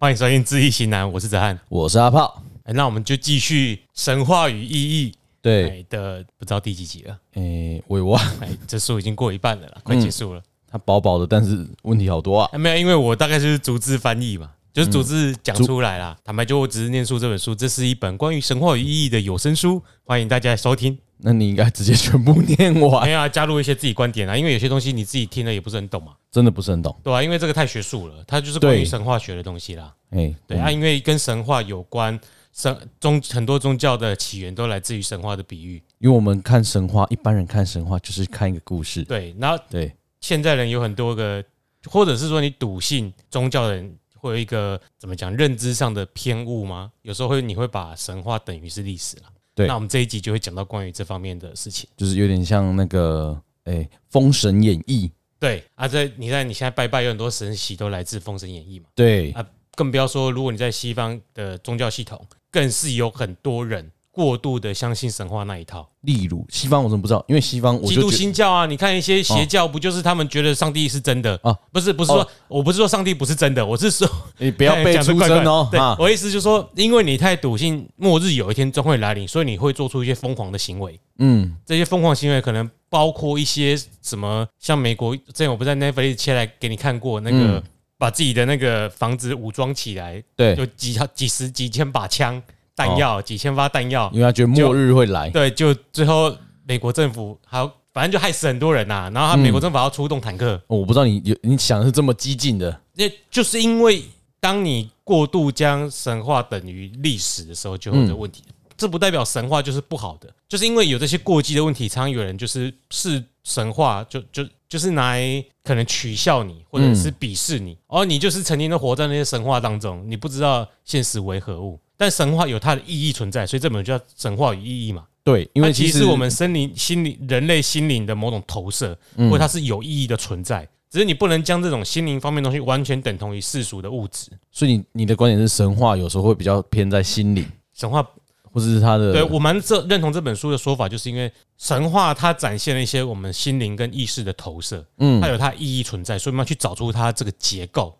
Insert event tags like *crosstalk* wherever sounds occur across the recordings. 欢迎收听《知易行难》，我是子翰。我是阿炮。哎那我们就继续神话与意义对，哎的，不知道第几集了。诶、*laughs* 我也忘，哎，这书已经过一半了啦，快结束了。它薄薄的，但是问题好多啊。哎，没有，因为我大概就是逐字翻译嘛，就是逐字讲出来啦。坦白就我只是念出这本书，这是一本关于神话与意义的有声书，欢迎大家来收听。那你应该直接全部念 *laughs* 完没，有啊，加入一些自己观点啊，因为有些东西你自己听了也不是很懂嘛，真的不是很懂。对啊，因为这个太学术了，它就是关于对神话学的东西啦。哎、对啊，因为跟神话有关，神宗很多宗教的起源都来自于神话的比喻。因为我们看神话，一般人看神话就是看一个故事。对，然后对，现在人有很多个，或者是说你笃信宗教的人会有一个怎么讲认知上的偏误吗？有时候会你会把神话等于是历史了。对那我们这一集就会讲到关于这方面的事情。就是有点像那个哎《封神演义》。对啊，这你在你现在拜拜有很多神奇都来自《封神演义》嘛，对，啊更不要说如果你在西方的宗教系统，更是有很多人过度的相信神话那一套。例如西方我怎么不知道？因为西方我基就督觉得新教啊，你看一些邪教，不就是他们觉得上帝是真的哦不是，不是说，我不是说上帝不是真的，我是说你哎不要被讲得出怪征怪哦。 *laughs* 对啊，，我意思就是说，因为你太笃信末日有一天终会来临，所以你会做出一些疯狂的行为。嗯，这些疯狂行为可能包括一些什么，像美国之前我不是在 Netflix 切来给你看过那个，嗯把自己的那个房子武装起来，对，哦有几几十几千把枪、弹药、几千发弹药因，为他觉得末日会来。对，就最后美国政府还有反正就害死很多人呐、然后他嗯美国政府还要出动坦克，哦我不知道你有你想的是这么激进的，那、就是因为当你过度将神话等于历史的时候，就会有这个问题。这不代表神话就是不好的，就是因为有这些过激的问题，常常有人就是是神话就就就是拿来可能取笑你，或者是鄙视你，而、你就是曾经都活在那些神话当中，你不知道现实为何物。但神话有它的意义存在，所以这本就叫神话与意义嘛。对，因因为为其其实实我们森林、心灵、人类心灵的某种投射，嗯或者它是有意义的存在。只是你不能将这种心灵方面的东西完全等同于世俗的物质。所以你你的观点是神话有时候会比较偏在心理，神话，或者是他的对我们这认同这本书的说法，就是因为神话它展现了一些我们心灵跟意识的投射，嗯它有它意义存在，所以我们要去找出它这个结构。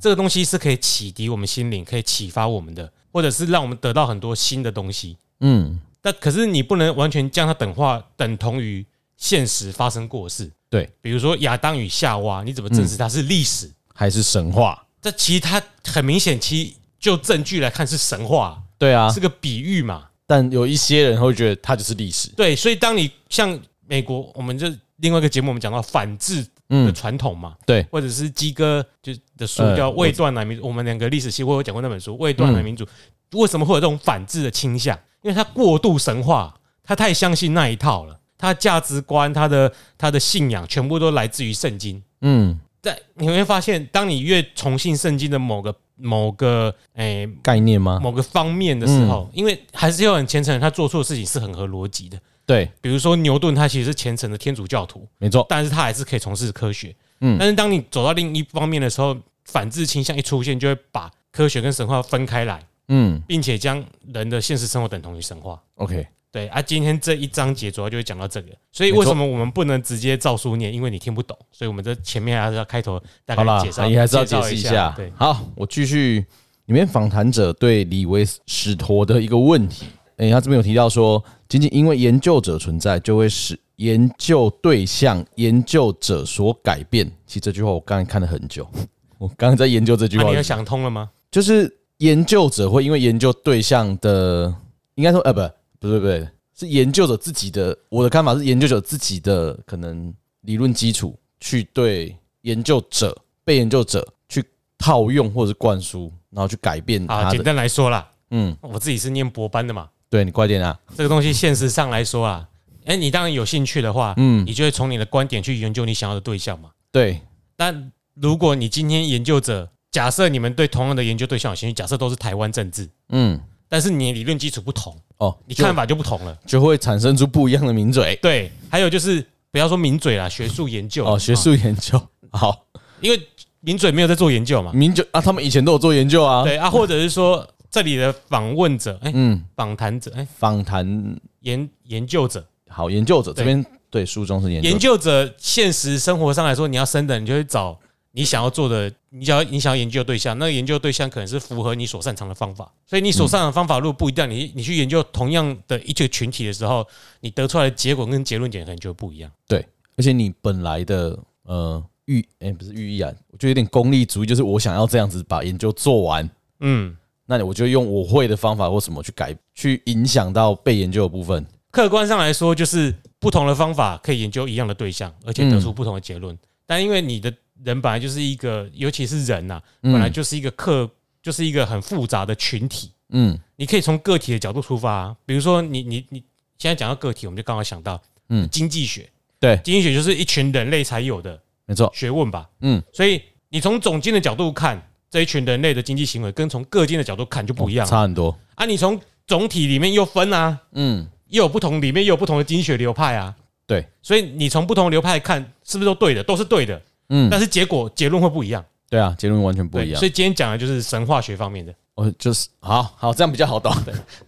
这个东西是可以启迪我们心灵，可以启发我们的，或者是让我们得到很多新的东西。嗯，但可是你不能完全将它等化等同于现实发生过的事。对，比如说亚当与夏娃，你怎么证嗯实它是历史？还是神话。这其实它很明显，其实就证据来看是神话，对啊，是个比喻嘛。但有一些人会觉得它就是历史。对，所以当你像美国，我们就另外一个节目，我们讲到反制的嗯，传统嘛，对，或者是鸡哥就的书呃叫《我未断奶民族》，我们两个历史系我有讲过那本书《未断奶民族》，嗯为什么会有这种反制的倾向？因为他过度神话，他太相信那一套了，他的价值观、他的他的信仰全部都来自于圣经。嗯，但你会发现，当你越崇信圣经的某个某个诶、概念吗？某个方面的时候，因为还是有很虔诚的人，他做错事情是很合逻辑的。对，比如说牛顿，他其实是虔诚的天主教徒，没错。但是他还是可以从事科学。嗯嗯，但是当你走到另一方面的时候，反制倾向一出现，就会把科学跟神话分开来，嗯并且将人的现实生活等同于神话。 ，OK，对啊，今天这一章节主要就会讲到这个，所以没错为什么我们不能直接照书念？因为你听不懂，所以我们这前面还是要开头大好概啦介绍，你还是要解介绍释一一下对。，好，我继续。里面访谈者对李维史陀的一个问题，诶、他这边有提到说，仅仅因为研究者存在，就会使研究对象、研究者所改变。其实这句话我刚才看了很久，我刚刚在研究这句那、话啊你有想通了吗？就是研究者会因为研究对象的，应该说呃不不对不对，是研究者自己的。我的看法是，研究者自己的可能理论基础去对研究者被研究者去套用或者是灌输，然后去改变啊，他简嗯的。单来说啦，嗯，我自己是念博班的嘛，对你快点啊！这个东西现实上来说啊，哎、你当然有兴趣的话，嗯，你就会从你的观点去研究你想要的对象嘛。对，但如果你今天研究者，假设你们对同样的研究对象有兴趣，假设都是台湾政治，嗯，但是你的理论基础不同，哦，你就看法就不同了。就会产生出不一样的名嘴对，还有就是不要说名嘴啦，学术研究哦，学、术 *laughs* 研究。好，啊因为名嘴没有在做研究嘛，名就啊，他们以前都有做研究啊。对啊，或者是说这里的访问者，哎、嗯，访谈者，哎、访谈研研究者，好研究者对这边对书中是研究研者究者现实生活上来说，你要升等，你就会找你想要做的你只要你想要研究对象，那个研究对象可能是符合你所擅长的方法，所以你所擅长的方法如果不一样，你你去研究同样的一个群体的时候，你得出来的结果跟结论点可能就会不一样。对，而且你本来的呃寓哎、不是寓意啊，我就有点功利主义，就是我想要这样子把研究做完，嗯，那我就用我会的方法或什么去改，去影响到被研究的部分。客观上来说，就是不同的方法可以研究一样的对象，而且得出不同的结嗯论。但因为你的人本来就是一个，尤其是人呐、嗯本来就是一个客，就是一个很复杂的群体。嗯你可以从个体的角度出发、啊，比如说你你你现在讲到个体，我们就刚好想到，嗯嗯，经济学，对经济学就是一群人类才有的没错，学问吧。嗯，所以你从总经的角度看，这一群人类的经济行为跟从个经的角度看就不一样啊。哦嗯差很多。啊你从总体里面又分啊，嗯，又有不同，里面又有不同的经济学流派啊。对，所以你从不同流派看，是不是都对的，都是对的，嗯但是结果结论会不一样。对啊，结论完全不对，一样所。以今天讲的就是神话学方面的，我就是好好这样比较好 *laughs* 懂，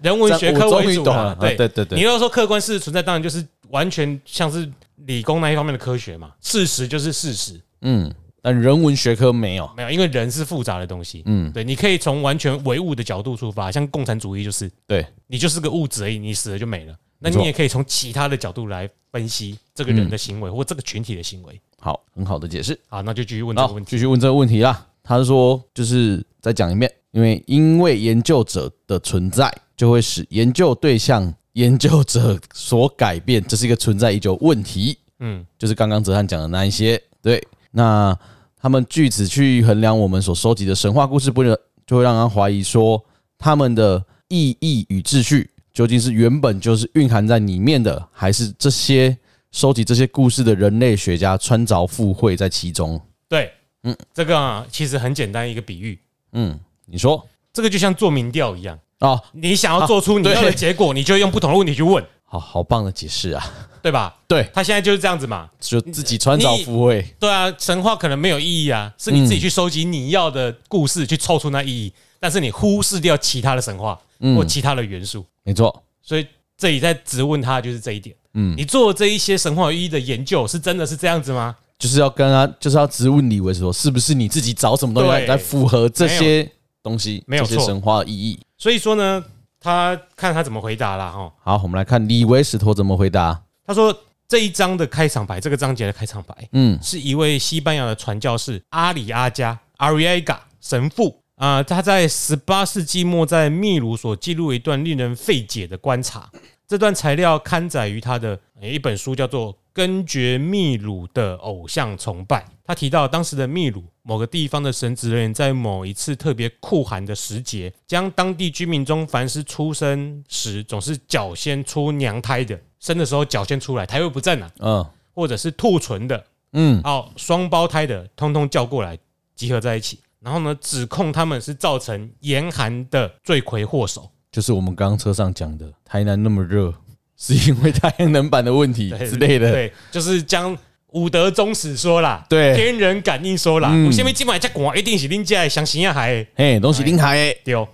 人文学科这样我终为于主懂啦了。啊对对对你要说客观事实存在，当然就是完全像是理工那一方面的科学嘛，事实就是事实，嗯，但人文学科没有。没有，因为人是复杂的东西。嗯，对，你可以从完全唯物的角度出发，像共产主义就是对，你就是个物质而已，你死了就没了。那没错嗯你也可以从其他的角度来分析这个人的行为或这个群体的行为。好，很好的解释。好，那就继续问这好，个问题。继续问这个问题啦。他是说，就是再讲一遍，因为因为研究者的存在，就会使研究对象研究者所改变，这是一个存在已久问题。嗯，就是刚刚哲翰讲的那一些。对，那他们据此去衡量我们所收集的神话故事，不能就会让人怀疑说他们的意义与秩序究竟是原本就是蕴含在里面的，还是这些收集这些故事的人类学家穿凿附会在其中？对，嗯，这个、啊、其实很简单一个比喻，嗯，你说这个就像做民调一样，哦，你想要做出你啊对要的结果，你就用不同的问题去问，好好棒的解释啊！对吧？对，他现在就是这样子嘛。就自己穿凿附会，对啊，神话可能没有意义啊，是你自己去收集你要的故事，去凑出那意义，但是你忽视掉其他的神话或嗯，其他的元素，没错，所以这里在质问他就是这一点。嗯嗯，你做这一些神话有意义的研究，是真的是这样子吗？就是要跟他，就是要直问李维说，是不是你自己找什么东西来对来符合这些东西，没有这些错神话的意义？所以说呢，他看他怎么回答啦。哈，好，我们来看李维史托怎么回答。他说这一章的开场白，这个章节的开场白，嗯是一位西班牙的传教士阿里阿加 （Arriaga） 神父啊、他在十八世纪末在秘鲁所记录一段令人费解的观察。这段材料刊载于他的呃一本书，叫做《根绝秘鲁的偶像崇拜》。他提到，当时的秘鲁某个地方的神职人员在某一次特别酷寒的时节，将当地居民中凡是出生时总是脚先出娘胎的，生的时候脚先出来，胎位不正啊，嗯或者是兔唇的，嗯，哦，双胞胎的通通叫过来集合在一起，然后呢，指控他们是造成严寒的罪魁祸首。就是我们刚刚车上讲的，台南那么热， *laughs* 是因为太阳能板的问题对 *laughs* 之类的。对，就是将武德宗史说啦，对天人感应说啦，嗯我下面今晚在广一定是恁家的相信啊还嘿，东西林海欸，丢。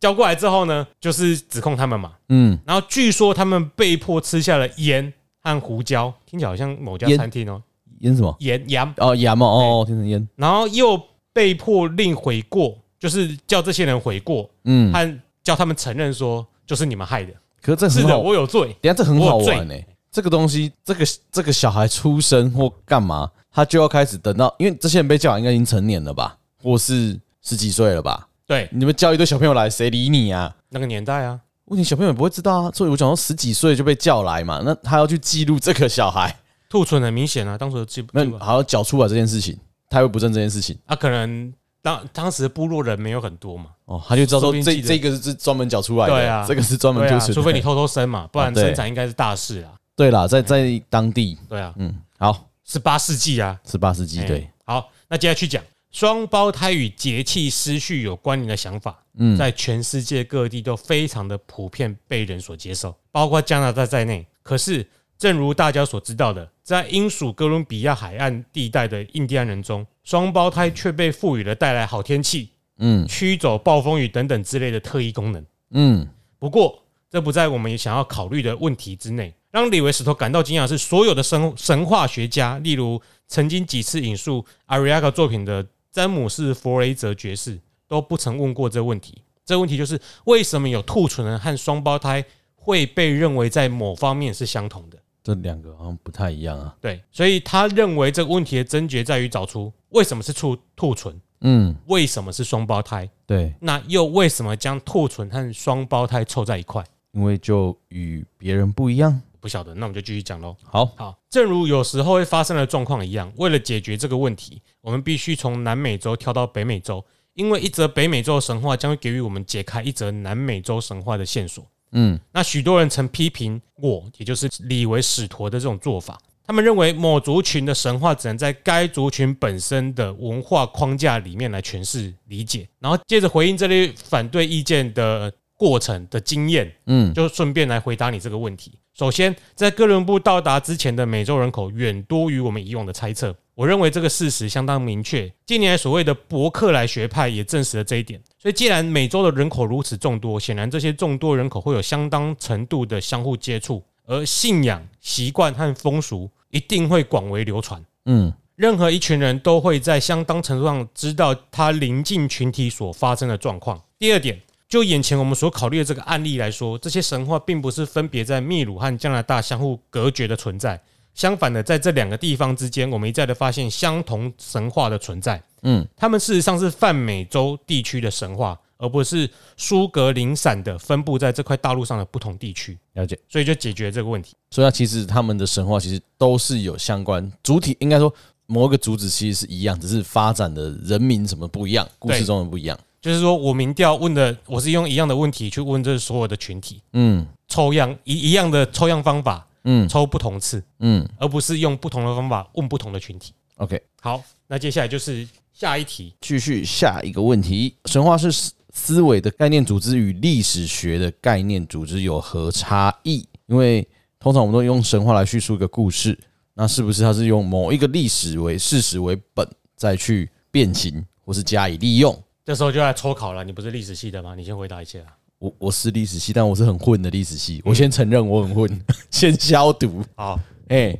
叫过来之后呢，就是指控他们嘛。嗯，然后据说他们被迫吃下了盐和胡椒，听起来好像某家盐餐厅哦，烟什么？盐盐哦，盐嘛，哦，哎天成烟。然后又被迫令悔过，就是叫这些人悔过，嗯，和叫他们承认说，就是你们害的，可是这是很的，好，我有罪。等一下这很好我有罪玩呢、欸这个东西，这个这个小孩出生或干嘛，他就要开始等到，因为这些人被教养应该已经成年了吧，或是十几岁了吧？对，你们教一堆小朋友来，谁理你啊？那个年代啊，问题小朋友也不会知道啊，所以我讲说十几岁就被叫来嘛，那他要去记录这个小孩，兔唇很明显啊，当时记不那记不还要缴出来这件事情，他又不正这件事情啊，可能当当时部落人没有很多嘛，哦，他就知道说说不定这记得这个是专门缴出来的，对啊这个是专门对就啊，是、除非你偷偷生嘛，不然啊对生产应该是大事啊， *laughs* 对啦，在在当地，对啊，嗯，好，十八世纪啊，十八世纪哎对，，好，那接下去讲双胞胎与节气失序有关联的想法，嗯在全世界各地都非常的普遍被人所接受，包括加拿大在内。可是，正如大家所知道的，在英属哥伦比亚海岸地带的印第安人中，双胞胎却被赋予了带来好天气、嗯驱走暴风雨等等之类的特异功能。嗯，不过，这不在我们想要考虑的问题之内。让李维史头感到惊讶的是，所有的神神话学家，例如曾经几次引述 Ariaga 作品的詹姆士、弗雷泽爵士都不曾问过这问题。这问题就是为什么有兔唇人和双胞胎会被认为在某方面是相同的？这两个好像不太一样啊。对，所以他认为这个问题的症结在于找出为什么是兔兔唇，嗯，为什么是双胞胎，对，那又为什么将兔唇和双胞胎凑在一块？因为就与别人不一样。不晓得，那我们就继续讲喽。好，好，正如有时候会发生的状况一样，为了解决这个问题，我们必须从南美洲跳到北美洲，因为一则北美洲的神话将会给予我们解开一则南美洲神话的线索。嗯，那许多人曾批评我，也就是李维使陀的这种做法，他们认为某族群的神话只能在该族群本身的文化框架里面来诠释理解，然后接着回应这类反对意见的过程的经验，嗯，就顺便来回答你这个问题。首先，在哥伦布到达之前的美洲人口远多于我们以往的猜测，我认为这个事实相当明确。近年来所谓的伯克莱学派也证实了这一点。所以，既然美洲的人口如此众多，显然这些众多人口会有相当程度的相互接触，而信仰、习惯和风俗一定会广为流传。嗯，任何一群人都会在相当程度上知道他邻近群体所发生的状况。第二点，就眼前我们所考虑的这个案例来说，这些神话并不是分别在秘鲁和加拿大相互隔绝的存在，相反的，在这两个地方之间，我们一再的发现相同神话的存在。嗯，他们事实上是泛美洲地区的神话，而不是苏格林散的分布在这块大陆上的不同地区，了解。所以就解决这个问题。所以它其实他们的神话其实都是有相关主体，应该说某一个主旨其实是一样，只是发展的人民什么不一样，故事中的不一样。就是说我民调问的，我是用一样的问题去问这所有的群体，嗯抽样一一样的抽样方法，嗯抽不同次，嗯而不是用不同的方法问不同的群体。 ，OK，好，那接下来就是下一题，继续下一个问题：神话是思思维的概念组织与历史学的概念组织有何差异？因为通常我们都用神话来叙述一个故事，那是不是它是用某一个历史为事实为本，再去变形或是加以利用？这时候就来抽考了。你不是历史系的吗？你先回答一下。我我是历史系，但我是很混的历史系。我先承认我很混， *laughs* 先消毒。好哎、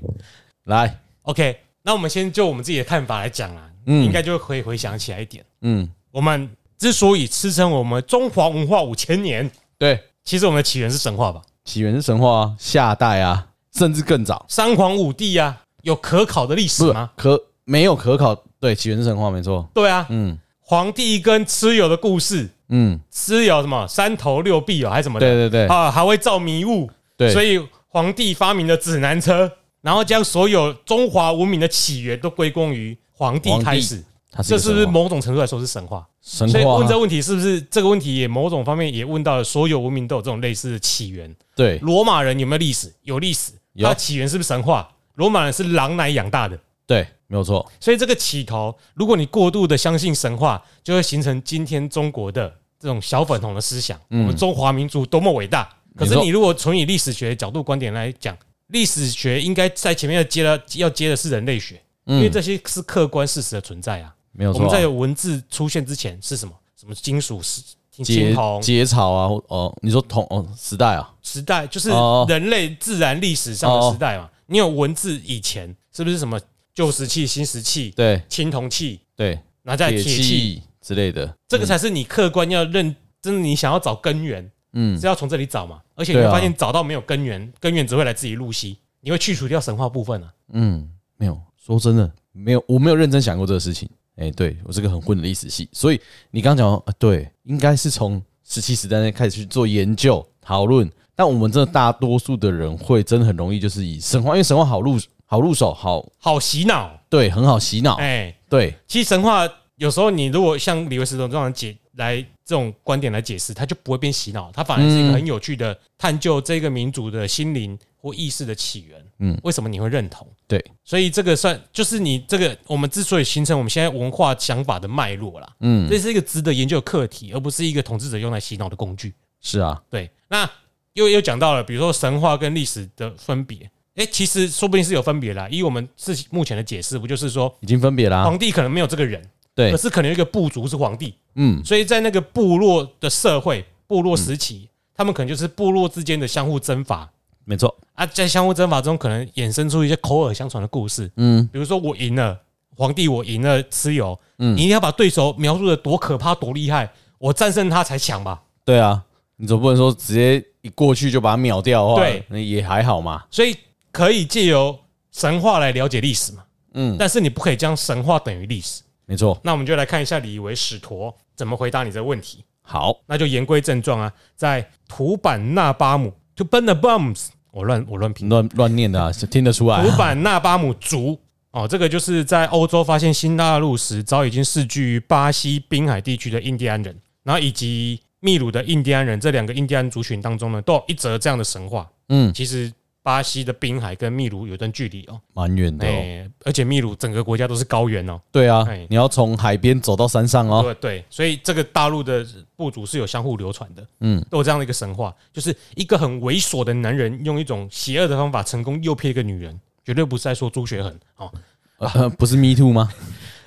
来， ，OK，那我们先就我们自己的看法来讲啊，嗯应该就可以回想起来一点。嗯，我们之所以支撑我们中华文化五千年，对，其实我们的起源是神话吧？起源是神话啊，夏代啊，甚至更早，三皇五帝啊，有可考的历不史是吗？可没有可考。对，起源是神话，没错。对啊，嗯皇帝跟蚩尤的故事，嗯，蚩尤什么三头六臂哦，还是什么的？对对对啊，还会造迷雾，对，所以以皇帝发明了指南车，然后将所有中华文明的起源都归功于皇帝开始。它是这一个是不是神话某种程度来说是神话？神所以话问这啊？个问题是不是这个问题也某种方面也问到了所有文明都有这种类似的起源？对，罗马人有没有历史？有历史，有它起源是不是神话？罗马人是狼奶养大的，对，没有错。所以这个起头，如果你过度的相信神话，就会形成今天中国的这种小粉红的思想。嗯我们中华民族多么伟大！可没是错你如果从以历史学角度观点来讲，历史学应该在前面要接了要接的是人类学，因为嗯，这些是客观事实的存在啊。没有我错们在啊。有文字出现之前是什么？什么金属时青节铜节草啊，或哦，你说同哦时代啊，时代，就是哦人类自然历史上的时代嘛。你有文字以前是不是什么旧石器、新石器、对青铜器，对，然后再铁器？之类的，这个才是你客观要认，真的你想要找根源，嗯，是要从这里找嘛。而且你对会啊发现找到没有根源，根源只会来自己入戏，你会去除掉神话部分啊。嗯，没有。说真的，没有，我没有认真想过这个事情。哎、对我是个很混的历史系，所以你刚讲、呃，对，应该是从十七时代那开始去做研究讨论。但我们真的大多数的人会真的很容易就是以神话，因为神话好入好入手，好好洗脑，对，很好洗脑。哎，对，其实神话有时候你如果像李维斯这种解来这种观点来解释，它就不会变洗脑，它反而是一个嗯很有趣的探究这个民族的心灵或意识的起源。嗯嗯，为什么你会认同？对，所以这个算就是你这个我们之所以形成我们现在文化想法的脉络啦。嗯，这是一个值得研究的课题，而不是一个统治者用来洗脑的工具。是啊，对，那又又讲到了，比如说神话跟历史的分别，诶，其实说不定是有分别啦。以我们自己目前的解释，不就是说已经分别啦、皇帝可能没有这个人，啊对可，是可能有一个部族是皇帝，嗯，所以在那个部落的社会、部落时嗯期，他们可能就是部落之间的相互征伐没错，啊，在相互征伐中，可能衍生出一些口耳相传的故事，嗯比如说我赢了，皇帝我赢了蚩尤，你一定要把对手描述的多可怕、多厉害，我战胜他才强吧。对啊，你总不能说直接一过去就把它秒掉的话，对，那也还好嘛。所以可以借由神话来了解历史嘛，嗯，但是你不可以将神话等于历史。没错。那我们就来看一下李维史陀怎么回答你这个问题。好，那就言归正传啊，在土版纳巴姆 t u b a n a b a m s 我乱我乱拼。乱乱 *laughs* 念的啊，是听得出来啊、古板纳巴姆族哦，这个就是在欧洲发现新大陆时，早已经世居于巴西滨海地区的印第安人，然后以及秘鲁的印第安人这两个印第安族群当中呢，都有一则这样的神话。嗯，其实巴西的滨海跟秘鲁有段距离哦，蛮远的、哎、哦。而且秘鲁整个国家都是高原哦，对啊哎，你要从海边走到山上哦。对对，所以这个大陆的部族是有相互流传的，嗯嗯，都有这样的一个神话，就是一个很猥琐的男人用一种邪恶的方法成功诱骗一个女人，绝对不是在说朱学恒哦，呃，不是 Me Too 吗？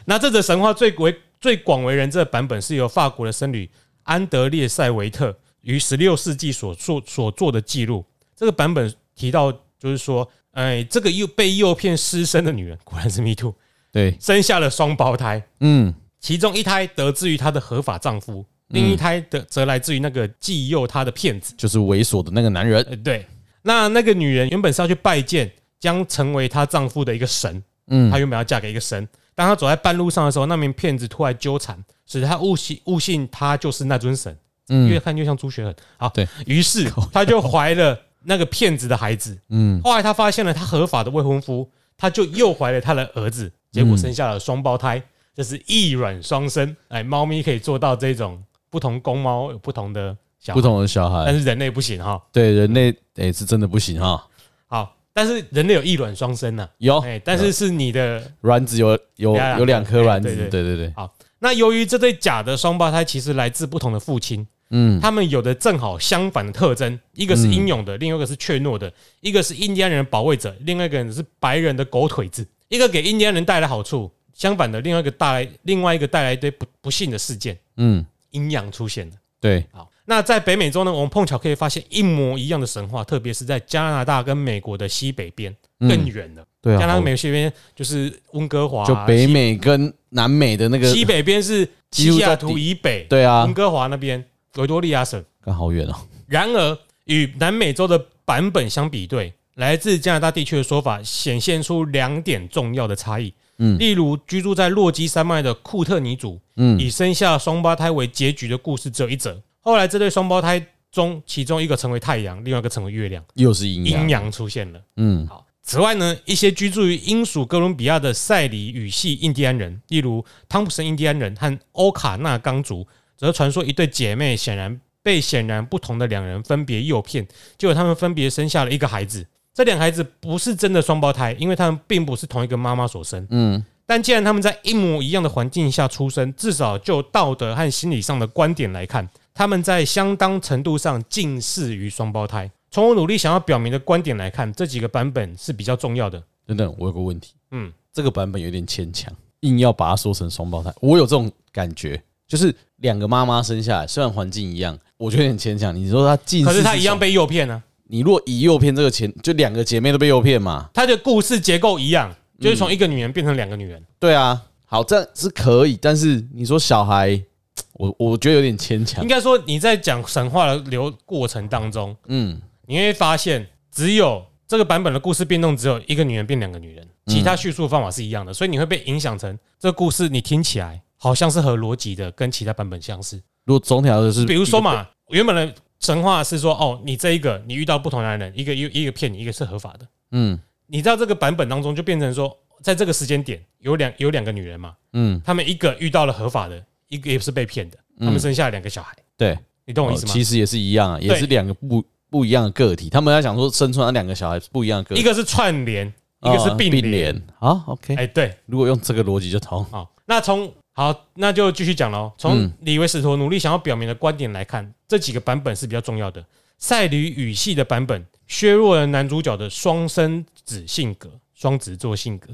那这则神话最为最广为人知的版本是由法国的僧侣安德烈塞维特于十六世纪所做所做的记录。这个版本提到，就是说，哎，这个又被诱骗失身的女人，果然是 Me Too，对，生下了双胞胎，嗯，其中一胎得自于她的合法丈夫，另一胎的则来自于那个寄诱她的骗子。就是猥琐的那个男人。呃，对，那那个女人原本是要去拜见将成为她丈夫的一个神，嗯她原本要嫁给一个神。当她走在半路上的时候，那名骗子突然纠缠，使她误信误信她就是那尊神，嗯越看越像朱学恒。好，对于是她就怀了那个骗子的孩子。嗯，后来她发现了她合法的未婚夫，她就又怀了她的儿子，结果嗯生下了双胞胎，这是一卵双生。哎，猫咪可以做到这种不同公猫有不同的小不孩，哎同的小但孩，是人类不行哈。对人类诶、是真的不行哈。好，但是人类有一卵双生呐、有哎、但是是你的卵子有有两有两颗卵子，哎对对对对，好。那由于这对假的双胞胎其实来自不同的父亲，嗯他们有的正好相反的特征，一个是英勇的，另外一个是怯懦的，一个是印第安人的保卫者，另外一个人是白人的狗腿子，一个给印第安人带来好处，相反的另外一个带来另外一个带来一堆不不幸的事件，嗯，阴阳出现了。对，好，那在北美洲呢，我们碰巧可以发现一模一样的神话，特别是在加拿大跟美国的西北边嗯更远了。对啊，加拿大好美西边就是温哥华啊、就北美跟南美的那个西西北边是几西乎在雅底图以北，对啊温，哥华那边维多利亚省。刚好远哦。然而，与南美洲的版本相比对，来自加拿大地区的说法显现出两点重要的差异。嗯例如居住在洛基山脉的库特尼族，嗯以生下双胞胎为结局的故事只有一则。后来，这对双胞胎中，其中一个成为太阳，另外一个成为月亮，又是阴阴阳，阳出现了。嗯好，此外呢，一些居住于英属哥伦比亚的塞里语系印第安人，例如汤普森印第安人和欧卡纳冈族，则传说一对姐妹显然被显然不同的两人分别诱骗，结果他们分别生下了一个孩子。这两个孩子不是真的双胞胎，因为他们并不是同一个妈妈所生。嗯，但既然他们在一模一样的环境下出生，至少就道德和心理上的观点来看，他们在相当程度上近似于双胞胎。从我努力想要表明的观点来看，这几个版本是比较重要的。等等，我有个问题，嗯，这个版本有点牵强，硬要把它说成双胞胎，我有这种感觉，就是两个妈妈生下来，虽然环境一样，我觉得有点牵强。你说她近似可双，是他一样被诱骗啊呢、你若以诱骗这个前，就两个姐妹都被诱骗嘛？他的故事结构一样，嗯就是从一个女人变成两个女人。对啊，好，这样是可以，但是你说小孩，我我觉得有点牵强应。该说你在讲神话的流过程当中，嗯，你会发现只有这个版本的故事变动只有一个女人变两个女人，嗯其他叙述方法是一样的，所以你会被影响成这故事你听起来好像是合逻辑的，跟其他版本相似。如果总体来说是，比如说，嘛，原本的神话是说，哦，你这一个你遇到不同男人，一个一一个骗你，一个是合法的。嗯你到这个版本当中就变成说，在这个时间点有两有两个女人嘛，嗯，她们一个遇到了合法的，一个也是被骗的，她们生下了两个小孩，对，你懂我意嗯哦思吗？其实也是一样啊，也是对两个不不一样的个体，他们要想说生出来两个小孩是不一样的个体一。个是串联，一个是哦并并联。联啊。OK，哎，对，如果用这个逻辑就通。好，啊那从好，那就继续讲喽。从嗯李维史陀努力想要表明的观点来看，这几个版本是比较重要的。赛吕语系的版本削弱了男主角的双生子性格、双子座性格。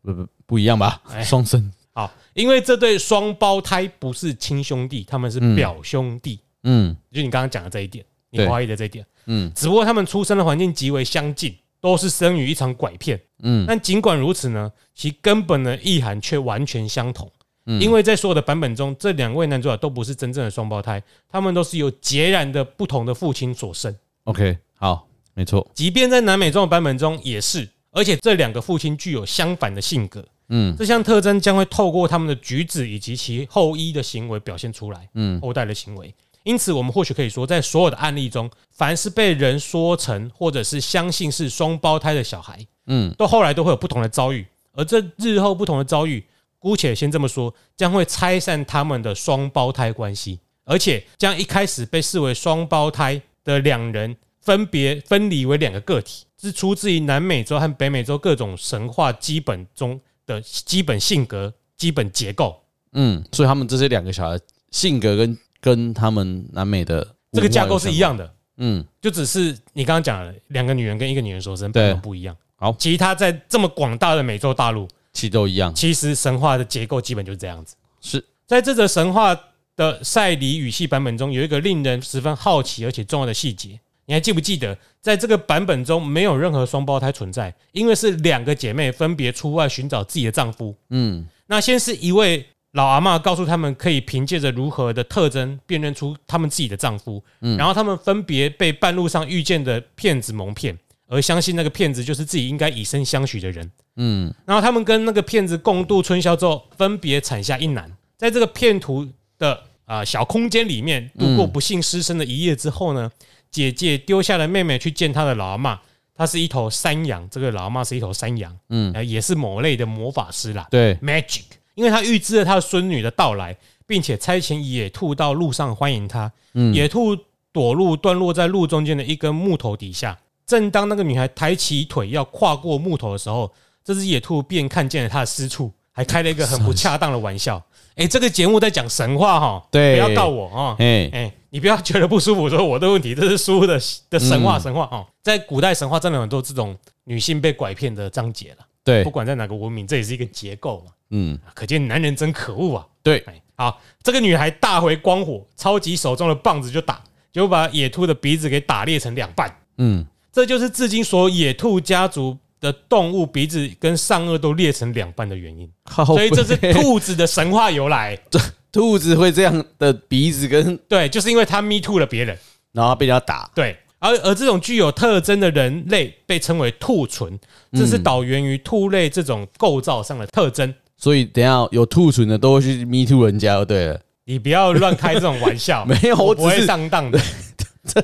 不不不一样吧？哎双生，好，因为这对双胞胎不是亲兄弟，他们是表兄弟，嗯就你刚刚讲的这一点，你对怀疑的这一点。嗯只不过他们出生的环境极为相近，都是生于一场拐骗。嗯，但尽管如此呢，其根本的意涵却完全相同。嗯因为在所有的版本中，这两位男主角都不是真正的双胞胎，他们都是由截然的不同的父亲所生。 OK，好，没错，即便在南美洲的版本中也是，而且这两个父亲具有相反的性格。嗯嗯，这项特征将会透过他们的举止以及其后裔的行为表现出来。嗯嗯，后代的行为。因此，我们或许可以说，在所有的案例中，凡是被人说成或者是相信是双胞胎的小孩，嗯，都后来都会有不同的遭遇，而这日后不同的遭遇，姑且先这么说，将会拆散他们的双胞胎关系，而且将一开始被视为双胞胎的两人分别分离为两个个体，是出自于南美洲和北美洲各种神话基本中的基本性格、基本结构。嗯，所以他们这些两个小孩性格跟跟他们南美的这个架构是一样，样的，嗯，就只是你刚刚讲了两个女人跟一个女人所生，对版本不一样。好其他在这么广大的美洲大陆，其实都一样，其实神话的结构基本就是这样子。是在这则神话的赛里语系版本中，有一个令人十分好奇而且重要的细节。你还记不记得，在这个版本中没有任何双胞胎存在，因为是两个姐妹分别出外寻找自己的丈夫。嗯那先是一位老阿嬷告诉他们，可以凭借着如何的特征辨认出他们自己的丈夫，然后他们分别被半路上遇见的骗子蒙骗，而相信那个骗子就是自己应该以身相许的人。嗯然后他们跟那个骗子共度春宵之后，分别产下一男。在这个骗徒的啊、呃小空间里面度过不幸失身的一夜之后呢，姐姐丢下了妹妹去见她的老阿妈，她是一头山羊，这个老阿妈是一头山羊，嗯嗯、也是某类的魔法师啦对， ，magic，因为他预知了他的孙女的到来，并且差遣野兔到路上欢迎她。嗯野兔躲入段落在路中间的一根木头底下。正当那个女孩抬起腿要跨过木头的时候，这只野兔便看见了她的私处，还开了一个很不恰当的玩 *laughs* 笑。哎、这个节目在讲神话哈，对不要告我啊！哎哎、你不要觉得不舒服，说我的问题，这是书的的神嗯话，神话哦，在古代神话真的有很多这种女性被拐骗的章节了，对不，管在哪个文明，这也是一个结构嘛。嗯可见男人真可恶啊！对，哎，好，这个女孩大回光火，抄起手中的棒子就打，就把野兔的鼻子给打裂成两半。嗯这就是至今所有野兔家族的动物鼻子跟上颚都裂成两半的原因。靠所以这是背 *laughs* 兔子的神话由来。兔子会这样的鼻子跟，对，就是因为它 me too 了别人。然后被人家打，对，而而这种具有特征的人类被称为兔唇，这是导源于兔类这种构造上的特征。所以等一下有兔唇的都会去 me too 人家就对了，你不要乱开这种玩笑，没有我我不会只是上当的。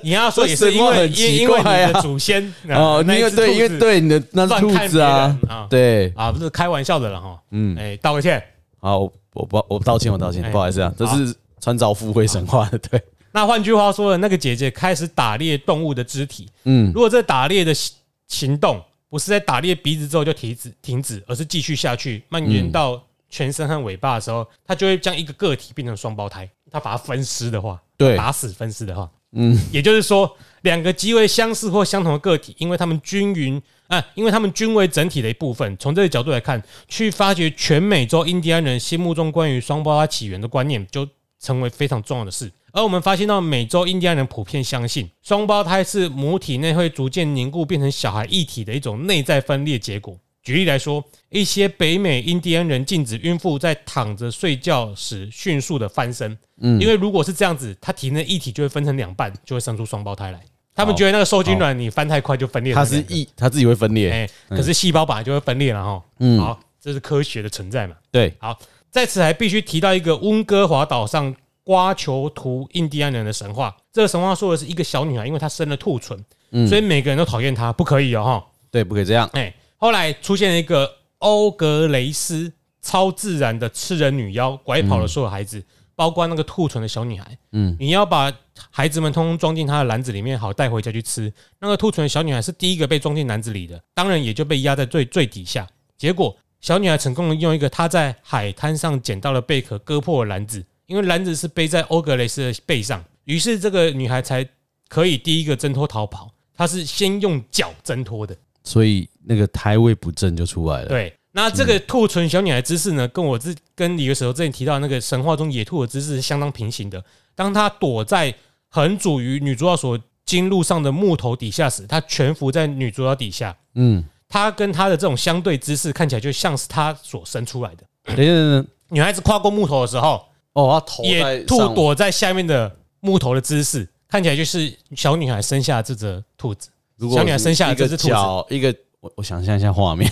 你要说也这是什因么为很因奇因为你怪啊的祖先哦，因为对，因为对你的那是乱兔看子啊别人啊，对，啊，不是开玩笑的了哈。嗯嗯，哎，道个歉。好，我我不我道歉，我道歉，哎不好意思啊，这是穿凿附会神话的，对，那换句话说了，那个姐姐开始打猎动物的肢体，嗯如果这打猎的行行动不是在打猎鼻子之后就停止停止，而是继续下去蔓延到全身和尾巴的时候，它就会将一个个体变成双胞胎。它把它分尸的话，对打死分尸的话，嗯也就是说，两个极为相似或相同的个体，因为它们均匀啊、因为它们均为整体的一部分。从这个角度来看，去发掘全美洲印第安人心目中关于双胞胎起源的观念，就成为非常重要的事。而我们发现到，美洲印第安人普遍相信双胞胎是母体内会逐渐凝固变成小孩一体的一种内在分裂结果。举例来说，一些北美印第安人禁止孕妇在躺着睡觉时迅速的翻身，嗯因为如果是这样子，它体内液体就会分成两半，就会生出双胞胎来。他们觉得那个受精卵你翻太快就分裂成它两个，是一，它自己会分裂，哎，可是细胞本来就会分裂了哈。嗯好，这是科学的存在嘛。对，好，在此还必须提到一个温哥华岛上瓜球图印第安人的神话。这个神话说的是一个小女孩，因为她生了兔唇，嗯所以每个人都讨厌她，不可以哦哈。对，不可以这样，哎，后来出现了一个欧格雷斯超自然的吃人女妖，拐跑了所有孩子，包括那个兔唇的小女孩。嗯嗯，你要把孩子们通通装进她的篮子里面，好带回家去吃。那个兔唇的小女孩是第一个被装进篮子里的，当然也就被压在最最底下。结果，小女孩成功的用一个她在海滩上捡到的贝壳割破了篮子，因为篮子是背在欧格雷斯的背上，于是这个女孩才可以第一个挣脱逃跑。她是先用脚挣脱的。所以那个胎位不正就出来嗯了，对，那这个兔唇小女孩的姿势呢，跟我之跟李的时候之前提到那个神话中野兔的姿势是相当平行的。当她躲在横阻于女主角所经路上的木头底下时，他蜷伏在女主角底下，嗯，他跟他的这种相对姿势看起来就像是他所生出来的。等一下等等，女孩子跨过木头的时候，哦，他头在也上兔躲在下面的木头的姿势，看起来就是小女孩生下这只兔子。如果小女孩生下一的这个只兔子，脚，一个我我想象一下画 *laughs* 面，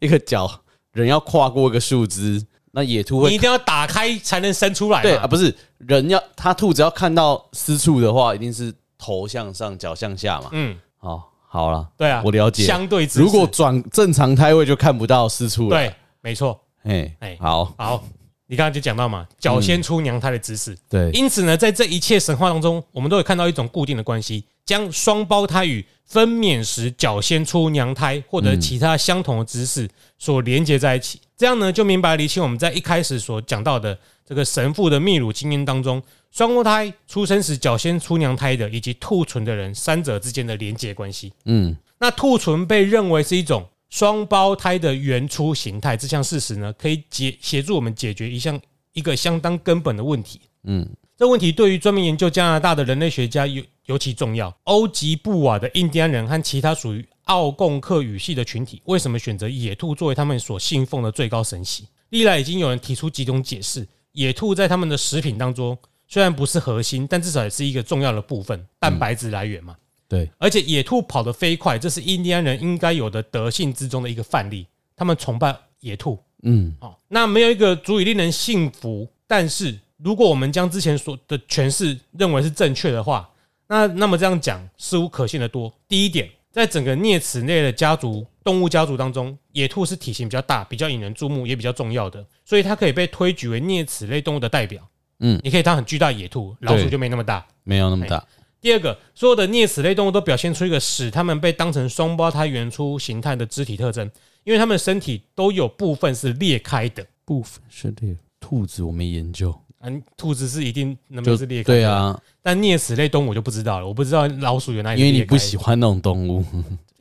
一个脚人要跨过一个树枝，那野兔你会一定要打开才能生出来对啊，嘛。不是人要它兔子要看到私处的话，一定是头向上，脚向下嘛。嗯，哦，好了，对啊，我了解。相对姿势，如果转正常胎位就看不到私处了。，对，没错。哎哎好，好，你刚刚就讲到嘛，脚先出娘胎的姿势。对，因此呢，在这一切神话当中，我们都有看到一种固定的关系，将双胞胎与分娩时脚先出娘胎或者其他相同的姿势所连接在一起。这样呢，就明白厘清我们在一开始所讲到的这个神父的泌乳经验当中，双胞胎出生时脚先出娘胎的以及兔唇的人三者之间的连接关系。嗯，那兔唇被认为是一种双胞胎的原初形态，这项事实呢，可以解协助我们解决一项一个相当根本的问题。嗯，这问题对于专门研究加拿大的人类学家尤尤其重要。欧吉布瓦的印第安人和其他属于奥贡克语系的群体，为什么选择野兔作为他们所信奉的最高神祇？历来已经有人提出几种解释：野兔在他们的食品当中虽然不是核心，但至少也是一个重要的部分，蛋白质来源嘛。对，而且野兔跑得飞快，这是印第安人应该有的德性之中的一个范例。他们崇拜野兔，嗯，哦，那没有一个足以令人信服。但是，如果我们将之前所的诠释认为是正确的话，那那么这样讲似乎可信的多。第一点，在整个啮齿类的家族动物家族当中，野兔是体型比较大、比较引人注目，也比较重要的，所以它可以被推举为啮齿类动物的代表。嗯，你可以当很巨大的野兔，老鼠对就没那么大。没有那么哎大。第二个，所有的啮齿类动物都表现出一个使它们被当成双胞胎原初形态的肢体特征，因为它们身体都有部分是裂开的。部分是猎兔子，我没研究，嗯，兔子是一定能不就能是裂开？对，啊，但啮齿类动物我就不知道了，我不知道老鼠原来因为你不喜，欢那种动 *laughs* 物。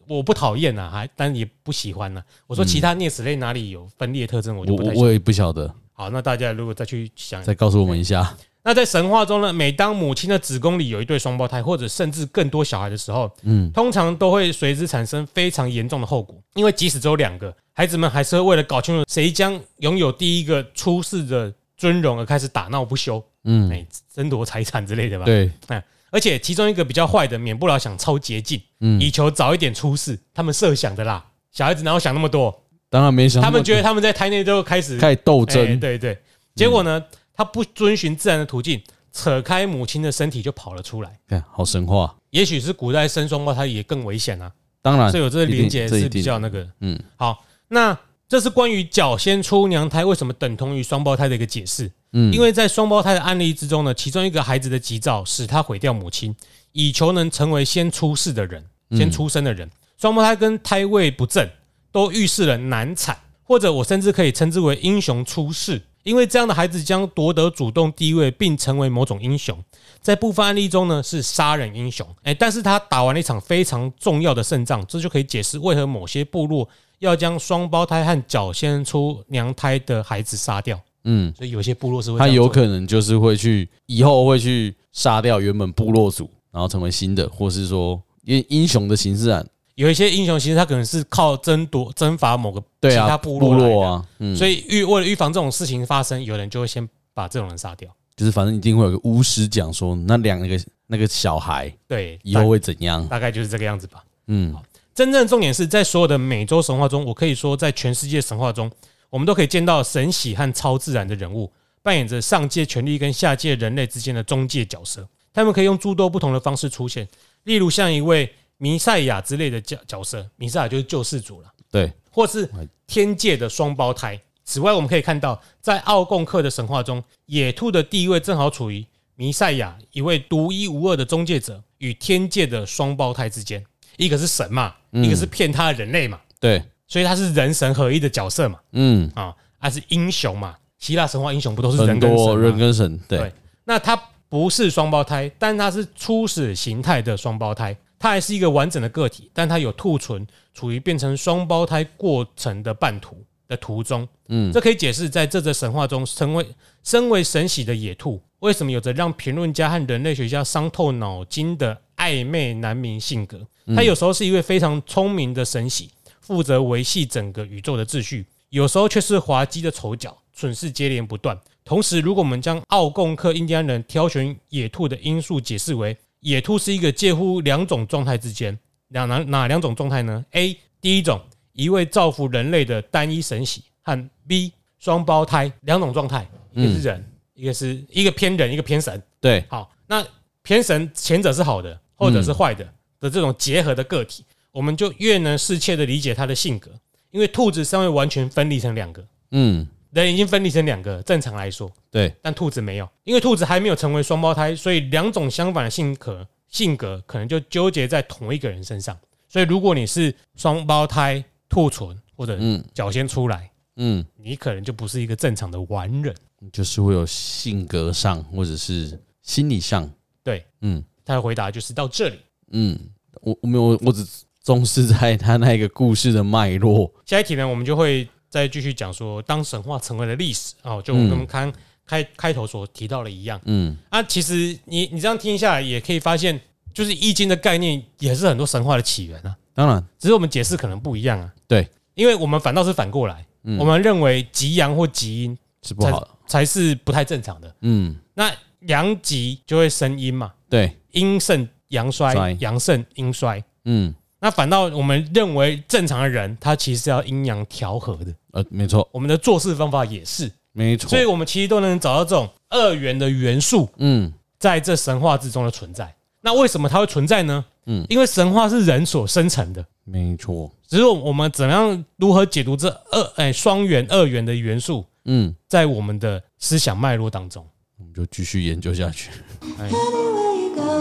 我不讨厌啊，还但也不喜欢呢、我说其他啮齿类哪里有分裂特征，我就我不太哎我清楚我也不晓得，好。那大家如果再去想，再告诉我们一下。那在神话中呢，每当母亲的子宫里有一对双胞胎，或者甚至更多小孩的时候，嗯，通常都会随之产生非常严重的后果，因为即使只有两个，孩子们还是会为了搞清楚谁将拥有第一个出世的尊荣而开始打闹不休，嗯嗯，哎、争夺财产之类的吧。对，哎而且其中一个比较坏的，免不了想抄捷径，嗯以求早一点出世。他们设想的啦，小孩子哪有想那么多？当然没想到他们觉得他们在胎内就开始开始斗哎争，对对。结果呢，他不遵循自然的途径，扯开母亲的身体就跑了出来。看好神话。也许是古代生双胞胎也更危险啊，当然，所以有这个一定连结这一是比定较那个。嗯好，那这是关于脚先出娘胎为什么等同于双胞胎的一个解释。嗯，因为在双胞胎的案例之中呢，其中一个孩子的急躁使他毁掉母亲，以求能成为先出世的人、嗯先出生的人。双胞胎跟胎位不正都预示了难产，或者我甚至可以称之为英雄出世，因为这样的孩子将夺得主动地位，并成为某种英雄。在部分案例中呢，是杀人英雄，哎、但是他打完了一场非常重要的胜仗，这就可以解释为何某些部落要将双胞胎和脚先出娘胎的孩子杀掉。嗯，所以有些部落是会他这样做有的可能就是会去以后会去杀掉原本部落族，然后成为新的，或是说因英雄的形式啊，有一些英雄其实他可能是靠争夺、征伐某个其对他啊，部部落来的落，啊，嗯，所以预为了预防这种事情发生，有人就会先把这种人杀掉。就是反正一定会有个巫师讲说那两个那个小孩对，以后会怎样大，大概就是这个样子吧。嗯，真正的重点是在所有的美洲神话中，我可以说在全世界神话中，我们都可以见到神喜和超自然的人物扮演着上界权力跟下界人类之间的中介角色。他们可以用诸多不同的方式出现，例如像一位弥赛亚之类的角角色，弥赛亚就是救世主了。对，或是天界的双胞胎。此外，我们可以看到，在奥贡克的神话中，野兔的地位正好处于弥赛亚一位独一无二的中介者与天界的双胞胎之间，一个是神嘛，嗯一个是骗他的人类嘛，对，所以他是人神合一的角色嘛，嗯，啊，他是英雄嘛，希腊神话英雄不都是人很跟神多吗人跟神，对对，那他不是双胞胎，但他是初始形态的双胞胎，他还是一个完整的个体，但他有兔唇，处于变成双胞胎过程的半途的途中。嗯这可以解释在这则神话中，成为身为神喜的野兔，为什么有着让评论家和人类学家伤透脑筋的暧昧难明性格，他有时候是一位非常聪明的神喜，负责维系整个宇宙的秩序；有时候却是滑稽的丑角，蠢事接连不断。同时，如果我们将奥贡克印第安人挑选野兔的因素解释为野兔是一个介乎两种状态之间，哪哪哪两种状态呢？A. 第一种，一位造福人类的单一神喜，和 B. 双胞胎两种状态，一个是人，一个是一个偏人，一个偏神。对，好，那偏神前者是好的，后者是坏的、的这种结合的个体，我们就越能适切的理解他的性格。因为兔子尚未完全分离成两个，嗯，人已经分离成两个，正常来说，对，但兔子没有，因为兔子还没有成为双胞胎，所以两种相反的性格性格可能就纠结在同一个人身上。所以如果你是双胞胎兔唇或者嗯脚先出来，嗯，你可能就不是一个正常的完人，就是会有性格上或者是心理上，对，嗯他的回答就是到这里。嗯，我我没有，我只重视在他那个故事的脉络，下一题呢，我们就会再继续讲说，当神话成为了历史哦，就我们刚刚开开头所提到的一样嗯啊。其实你你这样听下来，也可以发现，就是易经的概念也是很多神话的起源啊，当然，只是我们解释可能不一样啊。对，因为我们反倒是反过来，嗯我们认为极阳或极阴是不好的，才是不太正常的。嗯，那阳极就会生阴嘛，对，阴盛阳衰衰，阳盛阴衰。嗯那反倒我们认为正常的人，他其实是要阴阳调和的。呃，没错我们的做事方法也是，没错所，以我们其实都能找到这种二元的元素嗯在这神话之中的存在。那为什么它会存在呢？嗯嗯，因为神话是人所生成的，没错，只是我们怎么样如何解读这二哎双元二元的元素嗯，在我们的思想脉络当中，我们就继续研究下去，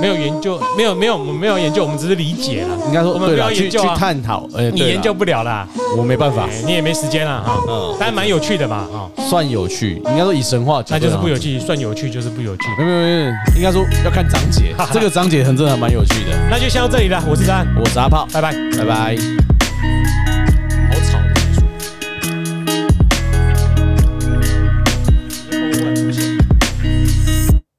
没有研究，没有没有我们没有研究，我们只是理解啦。应该说我们对不要了，去研究去啊探讨，哎，你对啦研究不了啦，我没办法，哎你也没时间啦哈，嗯但蛮有趣的嘛哈，算有趣，应该说以神话那角度来就讲，是不有趣，算有趣就是不有趣。没有。没有没有，应该说要 *laughs* 看章节，这个章节很真的还蛮有趣的。那就先到这里了，我是詹，我是阿炮，拜拜。拜拜。